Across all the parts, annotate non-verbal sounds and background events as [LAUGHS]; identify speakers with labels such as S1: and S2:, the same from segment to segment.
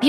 S1: 美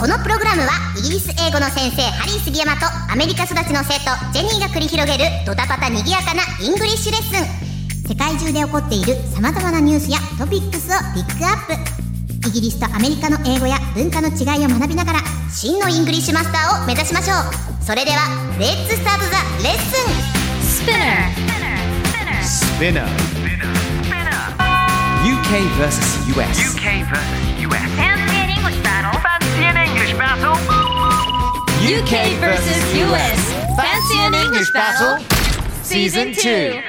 S2: このプログラムはイギリス英語の先生ハリー杉山とアメリカ育ちの生徒ジェニーが繰り広げるドタパタにぎやかなイングリッシュレッスン世界中で起こっている様々なニュースやトピックスをピックアップイギリスとアメリカの英語や文化の違いを学びながら真のイングリッシュマスターを目指しましょうそれではレッツスタートザレッスン
S3: Spinner. UK versus US.
S4: UK versus US. Fancy an English battle. Fancy an English battle.
S3: UK versus US. Fancy an English battle? Season 2.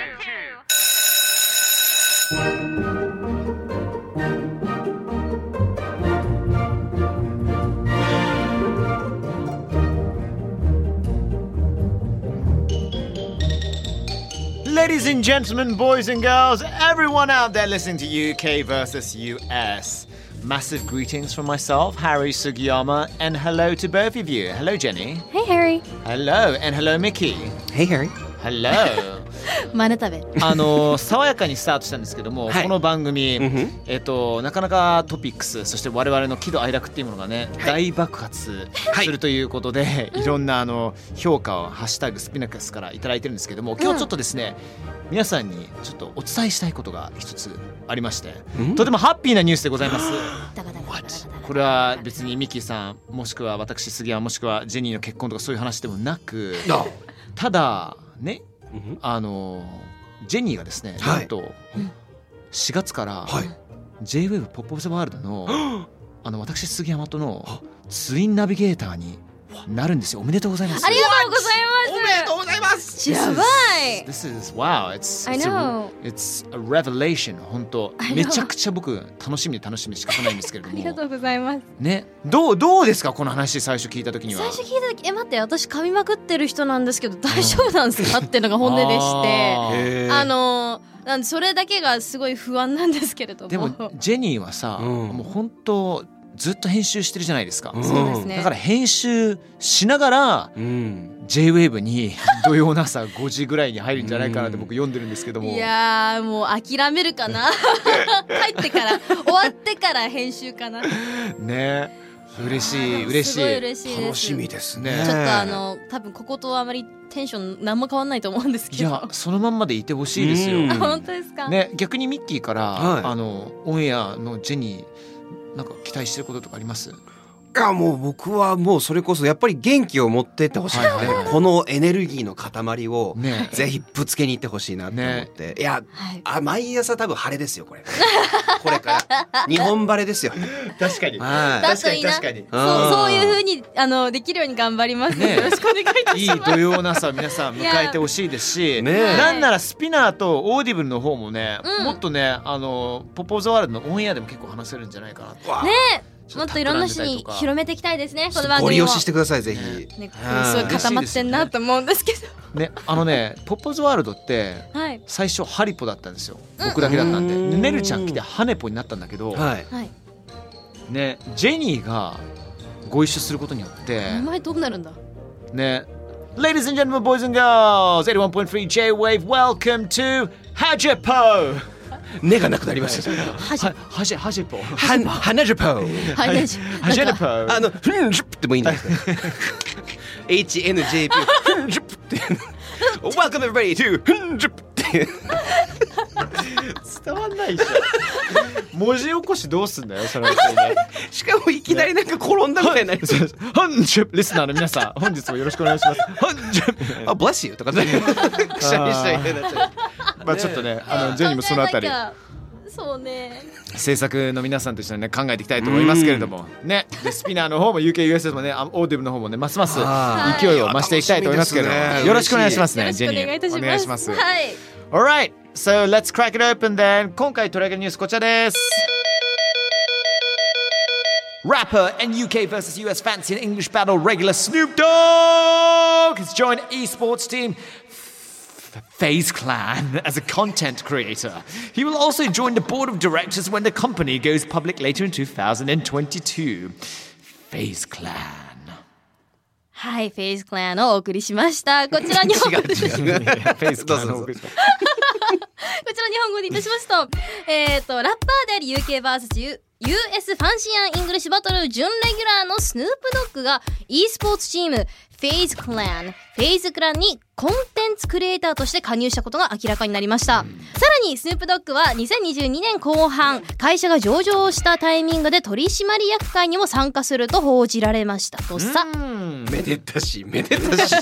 S3: Ladies and gentlemen, boys and girls, everyone out there listening to UK versus US. Massive greetings from myself, Harry Sugiyama, and hello to both of you. Hello, Jenny.
S5: Hey Harry.
S3: Hello, and hello, Mickey.
S6: Hey Harry. [LAUGHS]
S3: Hello.
S5: マネタベ。
S3: あの爽やかにスタートしたんですけども、
S6: はい
S3: この番組、
S6: んふん
S3: えっとなかなかトピックスそして我々の喜怒哀楽っていうものがね、大爆発するということで、い、ろんなあの評価を「ハッシュタグスピナカス」から頂いただいてるんですけども今日ちょっとですね、皆さんにちょっとお伝えしたいことが一つありまして、
S6: ん
S3: とてもハッピーなニュースでございます。
S5: ダガダガダガダガダ
S3: これは別にミキさんもしくは私杉山もしくはジェニーの結婚とかそういう話でもなくただね
S6: うん
S3: あのジェニーがですね、
S6: はい
S3: なんと4月から
S6: はい
S3: JWAVE ポップオブザワールドのあの私杉山とのツインナビゲーターになるんですよおめでとうございます
S5: ありがとうござ
S6: お
S5: い
S6: めでとうございます
S5: ます。やばい。
S3: This is wow it's
S5: I
S3: it's a,
S5: know.
S3: it's a revelation 本当
S5: I know.
S3: めちゃくちゃ僕楽しみで楽しみで仕方ないんですけれど
S5: ありが
S3: も
S5: とうございます。
S3: ねどうどうですかこの話最初聞いた時には
S5: 最初聞いた時え待って私噛みまくってる人なんですけど大丈夫なんですかっていうのが本音でして。
S3: あー
S6: へー
S5: あのなんでそれだけがすごい不安なんですけれ [LAUGHS] ども。
S3: でもジェニーはさ、
S6: うん
S3: もう本当ずっと編集してるじゃないですか、
S6: うん
S5: そうですね。
S3: だから [LAUGHS] 編集しながら
S6: うん
S3: JWAVE に [LAUGHS] 土曜の朝5時ぐらいに入るんじゃないかなって
S6: うん
S3: 僕読んでるんですけども
S5: いやーもう諦める
S3: [LAUGHS]
S5: かな帰ってから終わってから編集かなちょ
S3: ね嬉しい
S5: あー
S3: 嬉しい
S5: すごい嬉しいです
S6: 楽しみですね
S3: ね
S5: っとあの多分こことあまりテンション何も変わんないと思うんです
S3: い
S5: けど
S3: やそのまんまでいてほしいですよ、
S6: うん
S5: あ [LAUGHS] 本当ですか、
S3: ね逆にミッキーから、
S6: はい
S3: あのオンエアのジェニーなんか期待してることとかあります
S6: いやもう僕はもうそれこそやっぱり元気を持ってってほしい
S3: はいはいは
S6: ねこのエネルギーの塊を [LAUGHS]
S3: ね
S6: ぜひぶつけに行ってほしいなと思って、いや
S5: はい、
S6: あ毎朝多分晴れですよこれこれから日本晴れですよ
S3: 確かに
S6: は
S5: だといいな確か
S3: に
S5: そうそういう
S6: う
S5: 風にあのできるように頑張ります、
S3: ね
S5: よろしくお願いいたします
S3: いい土曜の朝を皆さん迎えてほしいですし、
S6: ねえ
S3: なんならスピナーとオーディブルの方もね、
S5: うん
S3: もっとねあのポッポーザワールドのオンエアでも結構話せるんじゃないかなって
S6: わあ
S3: ちょ
S5: [LAUGHS] もっといろんな人に広めていきたいですねこの番
S6: ご利
S5: 組を
S6: 用ししてくださいぜひ、
S5: ね、
S6: はい
S5: すごい固まってんなと思うんですけど
S3: ねあのねポッポーザワールドって
S5: はい
S3: 最初ハリポだったんですよ僕だけだったんで、
S6: うん
S3: ねるちゃん来てハネポになったんだけど、
S6: はい
S5: はい
S3: ねジェニーがご一緒することによって、
S5: 名前どうなるんだ
S3: ね Ladies and gentlemen, boys and girls, 81.3 J-Wave, welcome to ハジェポ
S6: 根がなくなりました
S5: はじ
S3: はハジェハジェポ
S6: は花ジャパン
S5: は
S3: はい
S5: じ
S3: ハジェル
S6: [LAUGHS]
S3: ポ
S6: あの、フンジュプってもいいんですか ?HNJP、フンジュプって。Welcome everybody to フンジュプっていう。
S3: 伝わん [LAUGHS] ないでしょ文字起こしどうすんだよそれはそれで
S6: しかもいきなりなんか転んだみたいになりそう。
S3: 本日リスナーの皆さん本日もよろしくお願いします本日
S6: [LAUGHS] あ、bless you! とかね。くしゃみしたいになっちゃう。
S3: まあちょっとねあのジェニーもそのあたり
S5: 考えなきゃそうね
S3: 制作の皆さんと一緒にね考えていきたいと思いますけれどもねでスピナーの方も UKUS もねあオーディブの方もねますます
S6: はい
S3: 勢いを増していきたいと思いますけれども、
S6: いや楽しみですね
S3: よろしくお願いします
S5: よ
S3: ね
S5: ろ
S3: ジ
S5: し
S3: ェ
S5: くお
S3: ニー
S5: 願いいたします
S3: お願いします
S5: はい
S3: Alright so let's crack it open then 今回取り上げるニュースこちらです Rapper and UK versus US Fancy and English Battle regular Snoop Dogg has joined esports team Phase Clan as a content creator. He will also join the board of directors when the company goes public later in 2022. Phase Clan.
S5: はい、フェイスクランをお送りしました。こちらに
S3: 違う違う。Phase
S6: どうぞど
S3: Clan
S6: うぞ
S5: こちら日本語にいたしますと、えっと、ラッパーであり UKVS US ファンシーアン・イングリッシュバトル準レギュラーのスヌープドッグが e スポーツチームフェイズクラン、フェイズクランにコンテンツクリエイターとして加入したことが明らかになりました。さらにスヌープドッグは2022年後半、会社が上場したタイミングで取締役会にも参加すると報じられましたとさ。
S3: Hmm.
S6: めでたしめで
S5: [LAUGHS]
S6: たし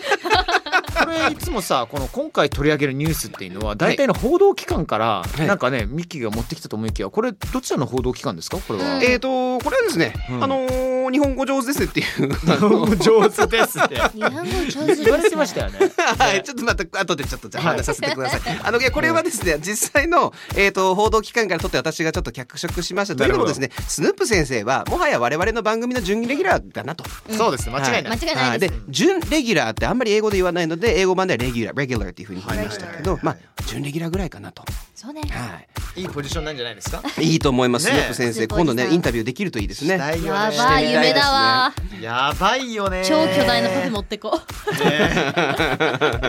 S3: これいつもさこの今回取り上げるニュースっていうのは大体の報道機関から、
S6: い
S3: なんかねミッキーが持ってきたと思いきやこれどちらの報道機関ですかこれは。
S6: えっ [LAUGHS] とこれはですね、
S3: うん
S6: あのー日本語上手ですねっていう
S3: 上手ですって
S5: 日本語上手ですね
S3: 言われてましたよね。
S6: [LAUGHS] はい、ちょっとまた後でちょっとじゃあ
S3: はい
S6: 話させてください。あのいやこれはですね、実際のえっ、と報道機関からとって私がちょっと脚色しました。というのもですね、スヌープ先生はもはや我々の番組の準レギュラーだなと。
S3: そうです間違い
S5: 間
S3: ない。
S5: 違いないです。
S6: で準レギュラーってあんまり英語で言わないので英語版ではレギュラーレギュラーっていうふうに言いましたけど、まあ準レギュラーぐらいかなと。
S5: そうね。
S6: はい
S3: いポジションなんじゃないですか。
S6: い。いいと思います。ス
S3: ね
S6: ヌープ先生、今度ねインタビューできるといいですね。
S3: い
S5: やばい夢だわ。
S3: やばいよね。
S5: 超巨大なパフェ持ってこう。
S3: ね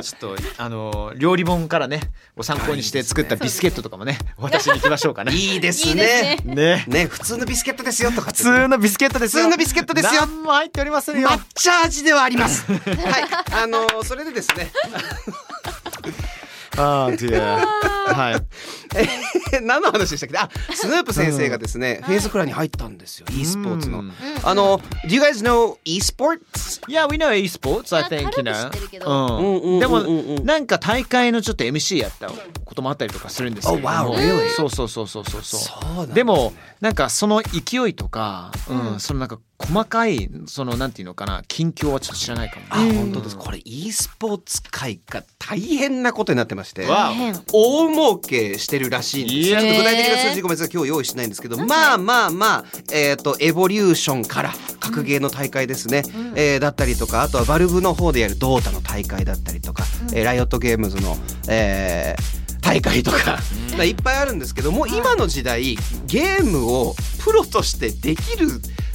S3: ちょっとあの料理本からねお参考にして作ったビスケットとかもねお渡しに行きましょうかね。
S6: いいです
S5: いいですね
S6: ね。
S3: ね
S6: ね普通のビスケットですよとかって
S3: 普通のビスケットですよ。
S6: 普通のビスケットですよ
S3: 何も入っておりませんよ。
S6: 抹茶味ではあります。はい、あのーそれでですね、
S3: ああ、
S5: [LAUGHS]
S3: はい。
S6: えー何の話でしたっけ
S3: [LAUGHS]
S6: あスヌープ先生がですね、フェイスクラに入ったんですよ e スポーツの、
S3: うん
S6: あの Do you guys know e スポーツ
S3: Yeah, we know esports, I
S5: あ
S3: think,
S5: 軽
S3: you
S5: く知ってるけ
S3: know.
S6: うんうんうんう
S3: うんんでも、なんか大会のちょっと MC やったこともあったりとかするんですけれども
S6: Oh, wow, really?
S3: そうそうそうそうそうそう。
S6: うなんだ
S3: でもなんかその勢いとか、うんそのなんか細かいそのなんていうのかな近況はちょっと知らないかも。
S6: あ本当ですこれ e スポーツ界が大変なことになってまして
S3: わ
S5: 変
S6: 大儲けしてるらしいんです
S3: い
S6: ちょ
S3: や
S6: っと具体的な数字ごめんなさい今日用意しないんですけどまあまあまあえっ、とエボリューションから格ゲーの大会ですね、えーだったりとかあとはバルブの方でやるドータの大会だったりとか、えーライオットゲームズの、えー大会とかいっぱいあるんですけどもう今の時代ゲームをプロとしてできる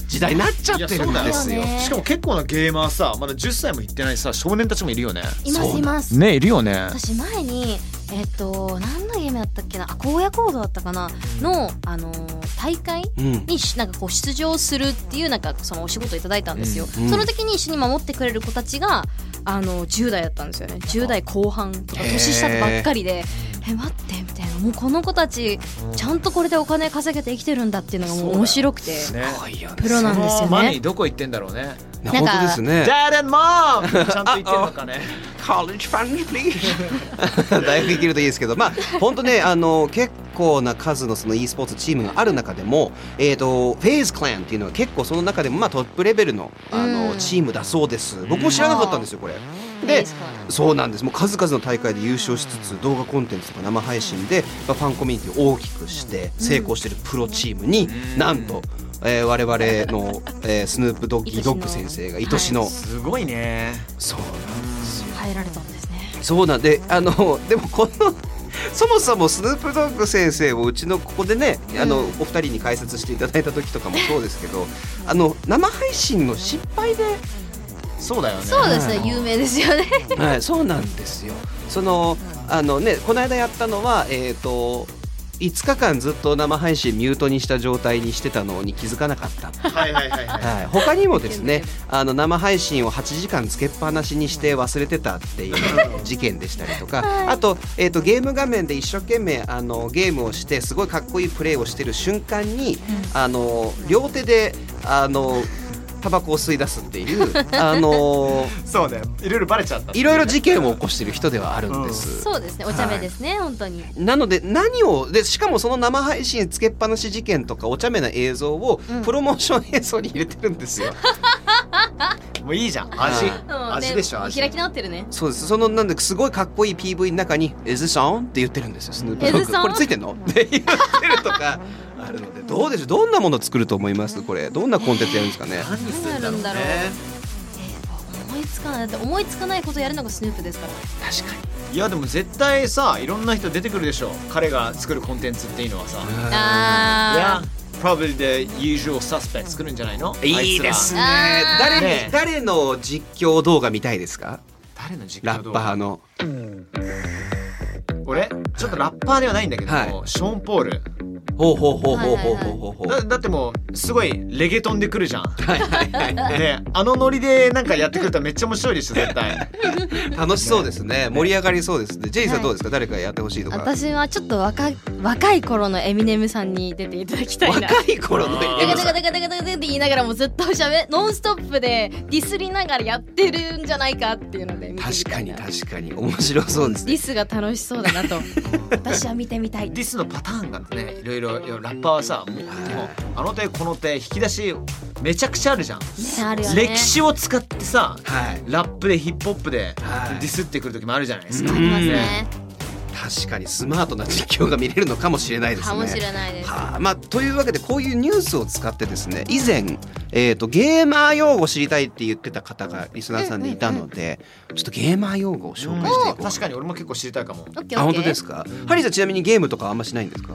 S6: 時代になっちゃってるんですよ。
S3: しかも結構なゲーマーさまだ10歳もいってないさ少年たちもいるよね。
S5: いますいます。
S3: ねいるよね。
S5: 私前にえっと何のゲームだったっけなあ荒野行動だったかなのあのー大会
S6: うん
S5: にしなんかこう出場するっていうなんかそのお仕事をいただいたんですよ、
S6: ん
S5: その時に一緒に守ってくれる子たちがあの10代だったんですよね10代後半とか
S6: へー
S5: 年下ばっかりでえ待ってみたいなもうこの子たちちゃんとこれでお金稼げて生きてるんだっていうのがもう面白くて、
S3: ね
S6: 多いよね
S5: プロなんです
S3: そ
S5: よ
S3: のマニー
S5: ね
S3: どこ行ってんだろうね。
S6: 本当です
S3: [LAUGHS]
S6: ね。
S3: Dad and Mom ちゃんと言ってるのかね。
S6: College Fund Please [LAUGHS] 大学行けるといいですけどまあ本当ねあの結構な数のその e スポーツチームがある中でも、えー、とフェイズクランっていうのは結構その中でもまあトップレベルのあの、
S5: うん
S6: チームだそうです僕も知らなかったんですよこれ。
S5: いい
S6: です
S5: か
S6: そうなんですもう数々の大会で優勝しつつ動画コンテンツとか生配信で、まあ、ファンコミュニティを大きくして成功してるプロチームに、なんと、えー我々の、えースヌープドッキードッグ先生が愛しの、
S5: はい
S3: すごいね。
S6: そうなんですよ。
S5: 入られたんですね
S6: そうなんであのでもこのそもそもスヌープドッグ先生をうちのここでねあの、お二人に解説していただいた時とかもそうですけどあの生配信の失敗で、
S3: そうだよね。
S5: そうですね有名ですよね
S6: はい、そうなんですよ。そのあのねこの間やったのはえっ、と5日間ずっと生配信ミュートにした状態にしてたのに気づかなかった
S3: はいはいはいはい。
S6: はい、他にもですねあの生配信を8時間つけっぱなしにして忘れてたっていう事件でしたりとか、あと,、えー、とゲーム画面で一生懸命あのゲームをしてすごいかっこいいプレーをしてる瞬間に、あの両手であのタバコを吸い出すっていうあの
S3: そうね。いろいろバレちゃった。
S6: いろいろ事件を起こしてる人ではあるんです。
S5: そうですねお茶目ですね、本当に
S6: なので何をでしかもその生配信つけっぱなし事件とかお茶目な映像をプロモーション映像に入れてるんですよ。
S3: もういいじゃん。味
S5: もう。ね
S3: 味でしょ。味
S5: 開き直ってるね
S6: そうです。そのなんですごいかっこいい PV の中に「Is this on?」って言ってるんですよ。スヌープドッ
S5: Is
S6: グ
S5: this on？
S6: これついてんのって言ってるとか。あるのでどうでしょうどんなもの作ると思いますこれどんなコンテンツやるんですかね
S3: 何するんだろう
S5: 何やるんだろう
S3: ね
S5: 思いつかないだって思いつかないことやるのがスヌープですから
S3: 確かにいやでも絶対さいろんな人出てくるでしょ彼が作るコンテンツっていうのはさいや
S5: あ
S3: probably the usual suspect 作るんじゃないの
S6: いいですね
S5: あー
S6: 誰
S3: ね
S6: に誰の実況動画見たいですか
S3: あいつら誰の実
S6: ラ
S3: 況
S6: ッ
S3: 動
S6: パ
S3: 画
S6: ーの
S3: 俺ちょっとラッパーではないんだけども、
S6: は
S3: ショーン・ポール
S6: ほうほうほうほうほうほうほうほう
S3: だだってもうすごいレゲトンで来るじゃんねあのノリでなんかやってくれたらめっちゃ面白いでしょ絶対
S6: 楽しそうですね盛り上がりそうですねジェイさんどうですか誰かやってほしいとか
S5: 私はちょっと若い若い頃のエミネムさんに出ていただきたいな。
S6: 若い頃の
S5: ダ
S6: エ
S5: カ
S6: ム
S5: ダ
S6: さ
S5: カ
S6: ん
S5: ダカダカダカって言いながらもずっとしゃべノンストップでディスりながらやってるんじゃないかっていうので見てみたい
S6: 確かに
S5: な
S6: 確かに面白そうです
S5: ディ
S6: ね
S5: スが楽しそうだなと私は見てみたい
S3: ディスのパターンがねいろいろいやラッパーはさもうもうあの手この手引き出しめちゃくちゃあるじゃん、
S5: ねあるよね
S3: 歴史を使ってさ
S6: はい
S3: ラップでヒップホップでデ
S6: はい
S3: ィスってくる時もあるじゃないですか、
S5: ありますね
S6: 確かにスマートな実況が見れるのかもしれないですね
S5: かもしれないです
S6: はあまあ、というわけでこういうニュースを使ってですね以前、えー、とゲーマー用語知りたいって言ってた方がリスナーさんでいたので、ちょっとゲーマー用語を紹介していこう
S3: 確かに俺も結構知りたいかも
S5: オッケー
S6: あ
S5: オッ
S6: 本
S5: ケー
S6: 当ですか、ハリーさんちなみにゲームとかあんましないんですか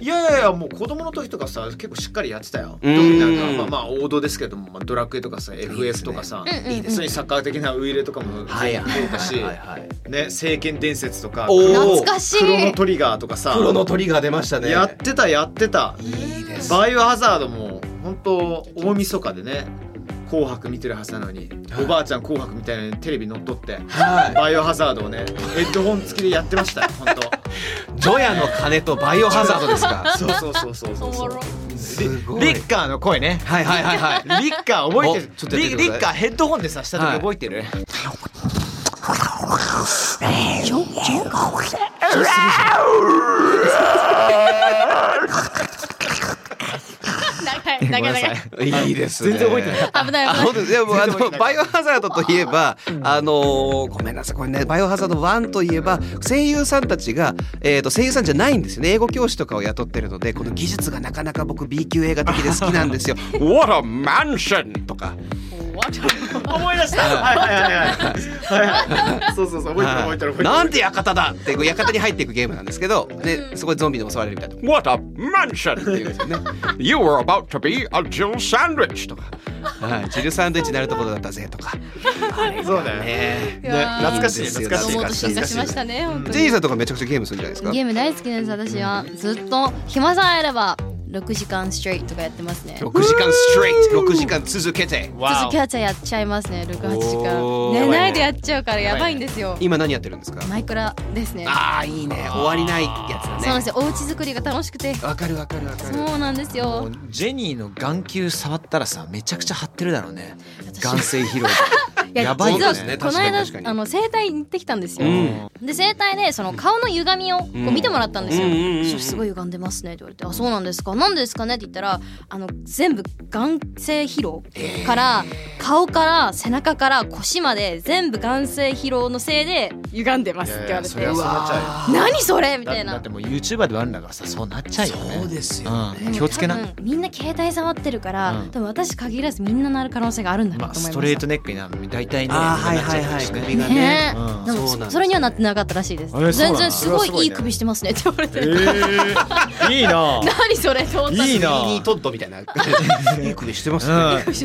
S3: いやいやいやもう子供の時とかさ結構しっかりやってたよ
S6: う
S3: 特
S6: ん
S3: になんかまあまあ王道ですけども、まあ、ドラクエとかさ FF とかさ
S5: うんうんうん
S3: 普通にサッカー的なウイイレとかも全部そうだし
S6: はい
S3: ね聖剣伝説とか
S6: おー
S3: クロ
S5: 懐かしい
S3: クロノトリガーとかさ
S6: 黒の鳥が出ましたね
S3: やってたやってた
S6: いいです
S3: バイオハザードも本当大晦日でね紅白見てるはずなのに、
S6: はい
S3: おばあちゃん紅白みたいなのにテレビ乗っ取って
S6: は
S3: バイオハザードをねヘッドホン付きでやってましたよ本
S6: い
S3: 当。
S6: 除夜の鐘とバイオハザードです [LAUGHS] か
S3: そうそうそうそうそうそう。
S6: すごい
S3: リッカーの声ね。
S6: はいはいはいはい
S3: リッカー覚えてる
S6: おちょっと。やって
S3: リ
S6: みてください
S3: リッカーヘッドホンでさした時覚えてる。
S5: 長い長い長い
S6: いいですね
S3: 全然覚えてなかっ
S5: 危な
S3: [LAUGHS]
S5: い
S6: あ
S5: 危ない
S6: 本当ですいやもうあ
S3: 全
S6: の
S3: 然覚えてない
S6: バイオハザードといえばあのーごめんなさいこれねバイオハザード1といえば声優さんたちが、えー、と声優さんじゃないんですよね英語教師とかを雇ってるのでこの技術がなかなか僕 B 級映画的で好きなん
S3: [LAUGHS]
S6: ですよ「What a mansion!」とか
S3: 思い出した。はいはいはいはいはいはい。そうそうそう覚えてる覚えてる覚えてる。
S6: なんて館だってこう館に入っていくゲームなんですけどでそこでゾンビに襲われるみたいな「What a mansion!」っていうんですよね「You were about to be a Jill sandwich!」とか「
S3: [LAUGHS]
S6: はい、ジルサンドイッチになるところだったぜ」とか。
S3: そうだよ
S6: ね
S3: ね。
S5: いやー
S3: 懐かし
S6: い
S3: い
S6: いんですよ
S3: 懐かしい
S5: 思う
S3: 懐か
S5: と
S3: しい
S5: 進化しましたね本当
S6: ジェニー
S5: に
S6: さんとかめちゃくちゃゲームするんじゃないですか
S5: ゲーム大好きなんです私はずっと暇さえあれば6時間ストレイトとかやってますね
S6: 6時間ストレート6時間続けて
S5: 続
S3: わ
S5: きはちゃやっちゃいますね6、8時間
S6: おー
S5: 寝ないでやっちゃうからやばいんですよ
S6: 今何やってるんですか
S5: マイクラですね
S6: ああいいね終わりないやつ
S5: そうな
S6: だ
S5: んで
S6: ね
S5: すよおうち作りが楽しくて
S6: わかるわかるわかる
S5: そうなんです
S3: おも
S5: よ
S3: うジェニーの眼球触ったらさめちゃくちゃ張ってるだろうね。
S5: 私
S3: 眼性疲労。
S5: いや
S3: やばい
S5: 実は
S3: よ
S6: ね
S5: この
S6: 確かに
S5: 間
S6: 確かに
S5: あの整体に行ってきたんですよ、
S6: うん
S5: で整体でその顔の歪みをこう見てもらったんですよ、
S6: うんうんうんうん
S5: そしたらすごい歪んでますねって言われて「あそうなんですかなんでですかね?」って言ったらあの全部眼性疲労から、顔から背中から腰まで全部眼性疲労のせいで歪んでますって言われて「
S3: いやいやそれはそうなっちゃうよ
S5: 何それ?」み
S3: だ
S5: たい
S3: だ
S5: な
S3: ってもう YouTuber ではあるんだからさそうなっちゃうよね。
S6: そうですよね
S3: うん気をつけな。
S5: 多分みんな携帯触ってるから、
S3: うん
S5: 多分私限らずみんななる可能性があるんだな
S3: まあ
S5: と思いました、
S3: ストレートネックになる大体ね。
S6: ああはい
S3: なっち
S6: は
S3: ゃう
S6: いはい
S3: からね
S6: 首が
S5: ね
S6: ね
S3: うん
S6: そ
S5: でも
S6: うなんですよ
S5: そそれにはなってなかったらしいです
S3: えそうなん
S5: 全
S3: だ
S5: 然
S3: そ
S5: すごい
S3: れはすごい
S5: い
S3: ね
S5: い首してますねって言われて、
S3: ええいいな。
S5: 何それって思ったんです
S3: いいな
S6: ミニトッドみたいない [LAUGHS] い首してますね
S3: うん、いい首し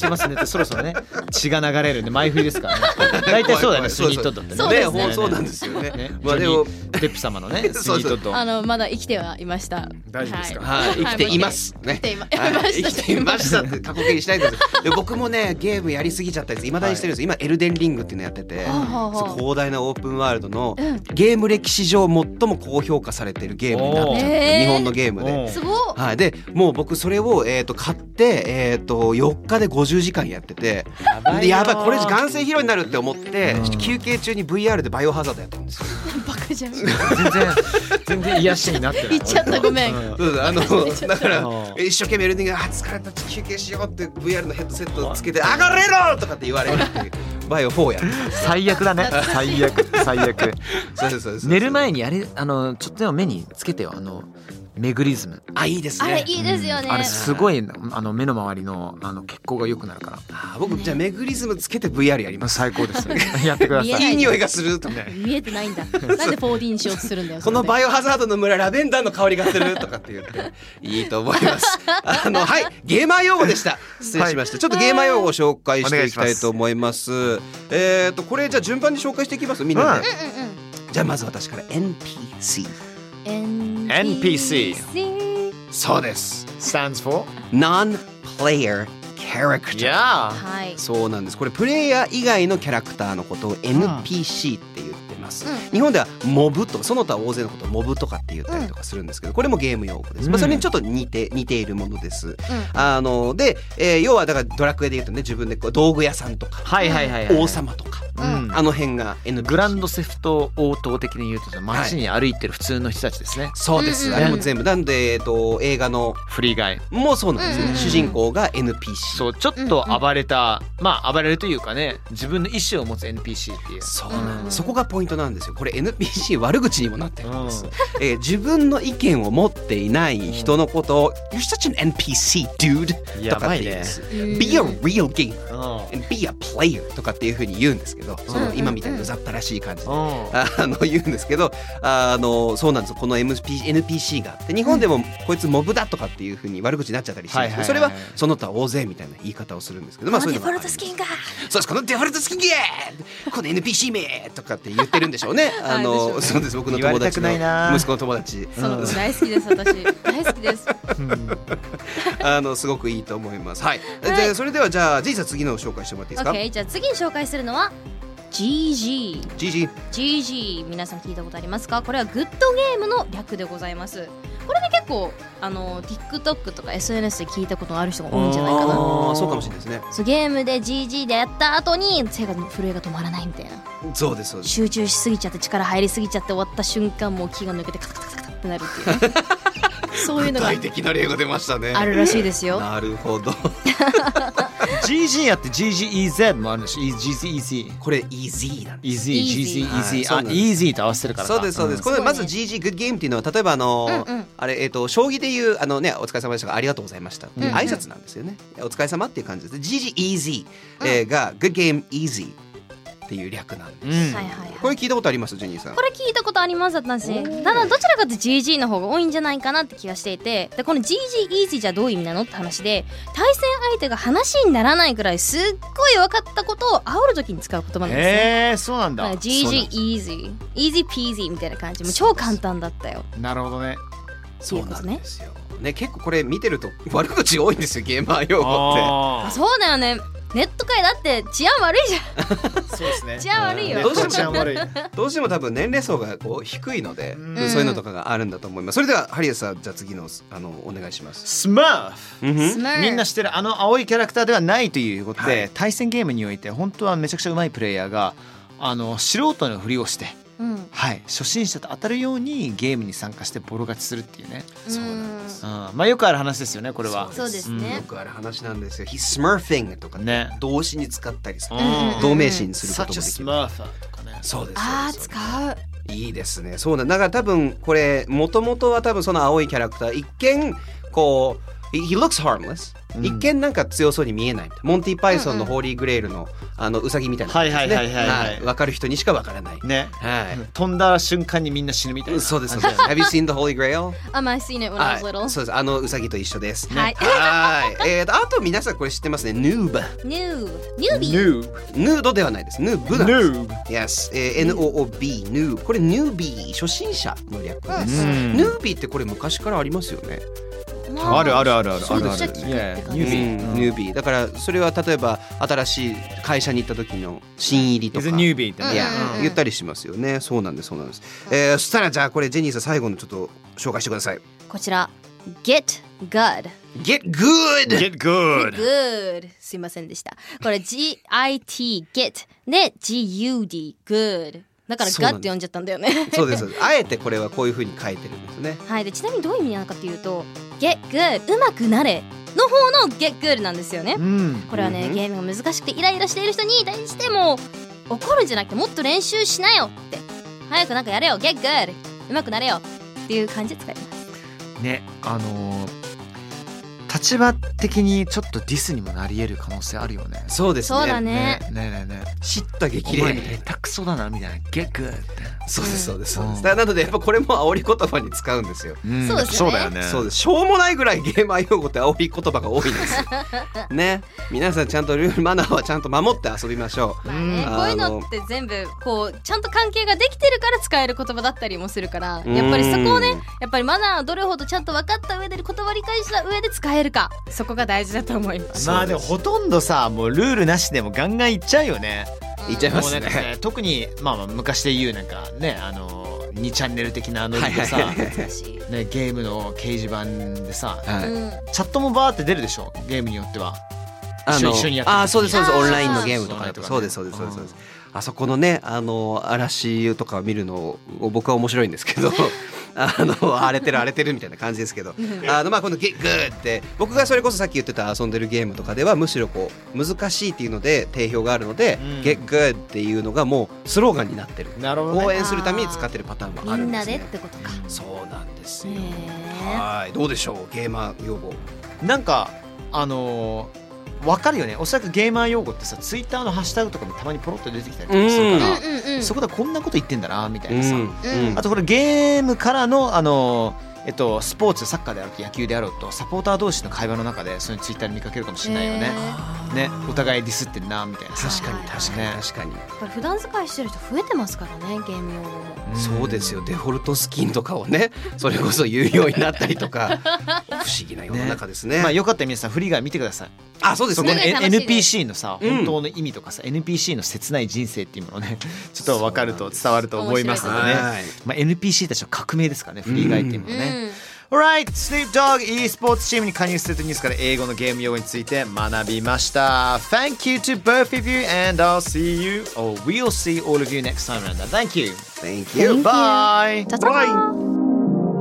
S3: てますねってそろそろね血が流れるんで前振りですからね大体そうだよねスニートッドって
S5: そう
S6: ね
S5: で
S6: ほ
S5: すね
S6: んそうなんですよね
S3: ね
S6: まあ
S3: ジ
S6: で
S3: ョ
S6: も
S3: ニーデップ様のね
S6: [LAUGHS]
S3: ス
S6: そうそう
S3: ニートッド
S5: あのまだ生きてはいました
S3: 大丈夫ですか
S6: はい生きていますね
S5: 生きていま
S6: はい生きていましたって過去形にしないでくださいで僕もねゲームやりすぎちゃったりす未だにしてるんです今エルデンリングっていうのやってて
S5: ほうほうほう
S6: そう広大なオープンワールドの
S5: うん
S6: ゲーム歴史上最も高評価されてるゲームになっちゃっ
S5: おー
S6: て日本のゲームで
S3: おう
S5: すごっ
S6: はい、でもう僕それを、えー、と買って、えー、と4日で50時間やっててや
S3: ばいよ
S6: でやばいこれ眼性疲労になるって思って、
S3: うん
S6: 休憩中に VR でバイオハザードやってるんですよ。
S5: バカじゃん
S3: 全然全然癒しになってない
S5: 言っちゃったごめん
S3: うん
S6: そうですあのだから
S3: うん
S6: 一生懸命エルディングあ疲れたちょっと休憩しようって VR のヘッドセットをつけて「上がれろ!」とかって言われるっていうバイオ4やって
S3: [LAUGHS]
S6: ます
S3: 最悪だね最悪最悪
S6: そうですそうです
S3: 寝る前にあれあのちょっとでも目につけてよあのメグリズムあいいですね
S5: あれいいですよね
S3: うんあれすごいあの目の周りのあの血行が良くなるか
S6: あー僕じゃあメグリズムつけて VR やりま
S3: ら
S6: す。
S3: 最高ですね [LAUGHS] やってくだ
S5: 見え
S3: さ
S5: ないい
S6: いい匂いがするとか。
S5: 見えてないんだ。なんで 4D にしようとするんだよ。
S6: [LAUGHS] この
S5: 場合
S6: バイオハザードの村ラベンダーの香りがするとかって言って [LAUGHS] いいと思います。あのはいゲーマー用語でした。失礼しました。ちょっとゲーマー用語を紹介していきたいと思います。えっとこれじゃあ順番に紹介していきますみんなで。じゃあまず私から NPC。
S3: NPC
S6: そうです。
S3: stands for
S6: Non player character。
S3: yeah
S5: はい。
S6: そうなんですこれプレイヤー以外のキャラクターのことを NPC って言ってます、
S5: うん
S6: 日本ではモブとその他大勢のことをモブとかって言ったりとかするんですけどこれもゲーム用語です、ま
S3: う
S6: あ、
S3: ん
S6: それにちょっと似て似ているものです、あので、えー要はだからドラクエで言うとね自分でこう道具屋さんとか
S3: はいはいはいはい
S6: 王様とか、
S3: うん
S6: あの辺が NPC
S3: グランドセフト応答的に言うと街に歩いてる普通の人たちですね、
S6: そうです、
S5: うん
S3: うん
S6: あれも全部なんで、えー、と映画の
S3: フリーガイ
S6: もうそうなんですね、
S5: うんうんうん
S6: 主人公が NPC
S3: そうちょっと暴れた、まあ暴れるというかね自分の意思を持つ NPC っていう
S6: そうなん
S5: うん
S6: そこがポイントなんですよこれ NPC 悪口にもなってるんです、
S3: うん
S6: えー自分の意見を持っていない人のことを「You're such an NPC dude」とかって言うんです、Be a real game
S3: うん
S6: and be a player」とかっていうふうに言うんですけどその今みたいにうざったらしい感じで。あの言うんですけどあのそうなんですよこの MP NPC があって日本でもこいつモブだとかっていうふうに悪口になっちゃったりしてるんですけどそれ
S3: はいはいは
S6: はい
S3: はい
S6: その他大勢みたいな言い方をするんですけどまあ
S5: こ
S6: そ
S5: の
S6: うい
S5: デ
S6: うのがあり
S5: フォル
S6: ま
S5: トス
S6: す
S5: キンが。
S6: そうですこのデフォルトスキンゲーこの NPC 名とかって言ってるんでしょうねあ
S5: は
S6: の
S5: い
S6: そうです僕の
S3: 言わ
S6: 友
S3: れた
S6: 達
S3: く
S6: の
S3: ないな
S6: 息子の友達
S5: その子大好きです私。大好きです。
S6: あのすごくいいと思いますはいじゃあそれではじゃあジェイさん次の紹介してもらっていいですか
S5: OK じゃあ次に紹介するのは GG。
S6: ジージー
S5: GG 皆さん聞いたことありますかこれはグッドゲームの略でございますこれね結構あの TikTok とか SNS で聞いたことのある人が多いんじゃないかな
S6: あーそうかもしれないですね
S5: そうゲームで GG でやった後に手が震えが止まらないみたいな
S6: そうですそうです
S5: 集中しすぎちゃって力入りすぎちゃって終わった瞬間もう気が抜けてカタカタカタカタってなるっていう
S6: [LAUGHS]
S5: ね、そういう
S6: 具
S5: のが
S6: 体的な例が出ましたね
S5: あるらしいですよ
S6: なるほど
S3: GG やって GGEZ もあるし GGEZ
S6: これ easy なんです
S3: Easy,
S5: Easy
S3: GGEZ
S6: は
S3: あ
S6: い
S3: Easy と合わせてるからか
S6: そうですそうです、これまず GG グッゲームっていうのは例えばあのー
S5: うんうん
S6: あれえっ、と将棋でいうあのねお疲れ様でしたありがとうございましたっていう挨拶なんですよね、お疲れ様っていう感じです GG easy、えーがグッゲーム easy っていう略なんで
S3: う
S6: す、
S3: ん
S5: はいはいはい
S6: これ聞いたことありますジェニーさん
S5: これ聞いたことありますだったんですねただどちらかというと GG の方が多いんじゃないかなって気がしていてでこの GG イージーじゃどういう意味なのって話で対戦相手が話にならないくらいすっごい分かったことを煽る時に使う言葉なんですね、
S3: へえそうなん
S5: だか
S3: だ
S5: ら GG イージーイージーピージーみたいな感じもう
S6: そ
S5: 超
S6: うです
S5: 簡単だったよ
S3: なるほどね
S6: そうなんですよね結構これ見てると [LAUGHS] 悪口多いんですよゲーマー用語っ
S3: あ
S5: あ
S3: ー
S5: そうだよねネット界だって治安悪いじ
S3: そうですね
S5: 治安悪いよ
S3: ね
S6: どうしても
S3: 治安
S5: [LAUGHS]
S3: 悪い
S6: てどうしても多分年齢層がこう低いので、
S3: うん
S6: そういうのとかがあるんだと思いますそれではハリエさんじゃあ次のあのお願いします、
S3: スマーフ
S6: うん
S5: ゃんスマー
S3: みんな知ってるあの青いキャラクターではないということで、
S6: はい
S3: 対戦ゲームにおいて本当はめちゃくちゃうまいプレイヤーがあの素人のふりをして、
S5: うん
S3: はい、初心者と当たるようにゲームに参加してボロ勝ちするっていうね、
S6: そうなんです
S3: うんまあよくある話ですよねこれは。
S5: そうですね
S6: よくある話なんですよ。He's smurfing とかね
S3: ね
S6: 動詞に使ったりする
S3: うんうんう。ん
S6: 同名詞にすること
S3: Such
S6: も
S3: a
S6: できる。
S3: smurfer とかね。
S6: そうです。
S5: あ
S6: そう
S5: ー
S6: です
S5: 使う
S6: いいですね。そうなんだから多分これもともとは多分その青いキャラクター一見こう He looks harmless、
S3: うん
S6: 一見なんか強そうに見えないモンティ・パイソンのホーリー・グレールのあのウサギみたいな感じですね
S3: はいはいはいはいはい
S6: はいわかる人にしかわからない
S3: ね、
S6: はい、
S3: 飛んだ瞬間にみんな死ぬみたいな。
S6: そうですそうです Have you seen the Holy Grail?
S5: Um, I seen it when I was
S6: は
S5: little
S6: い、そうですあのウサギと一緒です、
S5: はい
S6: はいえーとあと皆さんこれ知ってますね Noob
S5: New Newbie
S3: Noob
S6: ヌードではないです。ヌーブなんです。Yes、
S3: Noob
S6: えー、NOOB、ヌー。これ、ヌービー、初心者の略で
S3: う
S6: す。
S3: ん
S6: ヌービーってこれ昔からありますよね。
S5: ま
S3: あるあるあるある
S5: そ
S3: あ
S5: う
S3: る
S5: め
S3: あ
S5: っちゃ
S3: る
S5: 聞くっ。て
S3: Yeah
S5: 感じ
S3: ヌー
S6: う
S3: ビー
S6: んヌービー。だから、それは例えば、新しい会社に行った時の新入りと
S3: is
S6: か。
S3: a
S6: い
S3: newbie ってね。
S6: や
S5: うんうんう、ん
S6: 言ったりしますよね。そうなんです、そうなんです。えー、そしたら、じゃあ、これ、ジェニーさん、最後のちょっと紹介してください。
S5: こちら Get Good
S6: Get good!
S3: Get [LAUGHS] good。
S5: Good すいませんでしたこれ GIT Get で GUD Good だから
S6: そうなんです
S5: Gut って呼んじゃったんだよね
S6: そうです。あえてこれはこういうふうに書いてるんですね。
S5: はいでちなみにどういう意味なのかっていうと Get Good うまくなれの方の Get Good なんですよね
S3: [LAUGHS] うん。
S5: これはね、
S6: うん
S5: ゲームが難しくてイライラしている人に対しても怒るんじゃなくてもっと練習しなよって早くなんかやれよ Get Good うまくなれよっていう感じで使います
S3: ねあのー立場的にちょっとディスにもなり得る可能性あるよね。
S6: そうですね
S5: そうだね
S3: ねねねね
S6: 知った激
S3: 綺
S6: 励
S3: 麗
S6: み
S3: に
S6: たいな
S3: 下手くそだなみたいなゲクって。
S6: そうですそうですそうで
S3: う
S6: す
S3: ん
S6: ななのでやっぱこれも煽り言葉に使うんですよ
S3: うん
S5: そうですよね
S3: だよね。
S6: そうですしょうもないぐらいゲーマー用語って煽り言葉が多いん
S5: [LAUGHS]
S6: ですよね皆さんちゃんとルールマナーはちゃんと守って遊びましょう
S5: まあね、
S6: うん
S5: こういうのって全部こうちゃんと関係ができてるから使える言葉だったりもするからやっぱりそこをねやっぱりマナーをどれほどちゃんと分かった上で言葉を理解した上で使えるかそこが大事だと思います。
S3: まあでもほとんどさもうルールなしでもガンガンいっちゃうよね。
S6: 言っちゃいま
S3: もう
S6: す
S3: なんか
S6: ね
S3: ね特にまあまあ昔で言うなんかねあの2チャンネル的なあのでさ、
S6: はい
S5: 難しい
S3: ね、ゲームの掲示板でさ
S6: は
S5: う
S6: い
S5: ん
S3: チャットもバーって出るでしょゲームによっては。
S6: あ
S3: 一緒
S6: の
S3: 一緒にやってる
S6: あーそうですそうです
S5: あー
S6: オンラインのゲームとかだと
S3: そう
S6: そう
S3: なん
S6: で
S3: だ
S6: すそうですそうですそうですあそこのねあの嵐とか見るのを僕は面白いんですけど
S5: [LAUGHS]
S6: あの荒れてる荒れてるみたいな感じですけど [LAUGHS] あのまあこのゲグーって僕がそれこそさっき言ってた遊んでるゲームとかではむしろこう難しいっていうので定評があるので、
S3: うん
S6: ゲグーっていうのがもうスローガンになってる
S3: なるほどね
S6: 応援するために使ってるパターンもあ
S5: み
S6: る
S5: ん
S6: んで
S5: な
S6: す
S5: でっ
S6: ね
S5: てことか。
S6: そうなんですよ
S5: ね
S6: はいどうでしょうゲーマー用語
S3: なんかあのーわかるよねおそらくゲーマー用語ってさツイッターのハッシュタグとかもたまにポロッと出てきたりとかするから、
S5: えうんうん
S3: そこでこんなこと言ってんだなみたいなさ、
S6: うん
S3: あとこれゲームからのあのえっと、スポーツサッカーであろうと野球であろうとサポーター同士の会話の中でそういうツイッターで見かけるかもしれないよね。ねお互いディスってんなみたいなさ
S5: 確かに
S6: 確かに確かに
S5: やっぱり普段使いしてる人増えてますからねゲーム用語も。
S3: うん
S6: そうですよデフォルトスキンとかをね [LAUGHS] それこそ有料になったりとか不思議な世の中ですね
S3: まあよかったら皆さんフリーガー見てください。
S6: あそうです
S3: そ
S6: ね
S3: こ
S5: フ
S3: の
S5: リーガー楽しいです
S3: NPC のさ
S6: うん
S3: 本当の意味とかさ、NPC の切ない人生っていうものをねちょっと分かると伝わると思いますのでね。
S6: はい
S3: まあ NPC たちの革命ですからねフリーガーっていうものはね。
S5: うん
S3: Alright, Sleep Dog e スポーツチームに加入するとニュースから英語のゲーム用語について学びました。Thank you to both of you and I'll see you or we'll see all of you next time around. Thank you.
S6: Thank you
S3: Bye.
S5: チャチャバイ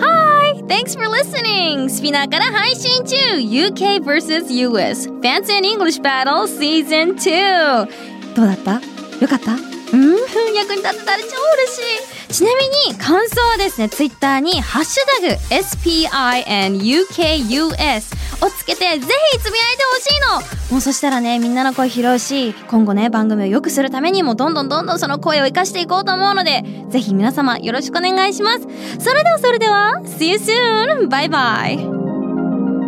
S5: はい Thanks for listening! スピナーから配信中 UK vs.US Fancy and English Battle Season 2どうだったよかったうん役に立ってたら超嬉しいちなみに感想はですね Twitter に「ハッシュタグ #SPINUKUS」をつけてぜひつぶやいてほしいのもうそしたらねみんなの声拾うし今後ね番組を良くするためにもどんどんどんどんその声を生かしていこうと思うのでぜひ皆様よろしくお願いしますそれではそれでは See you soon! バイバイ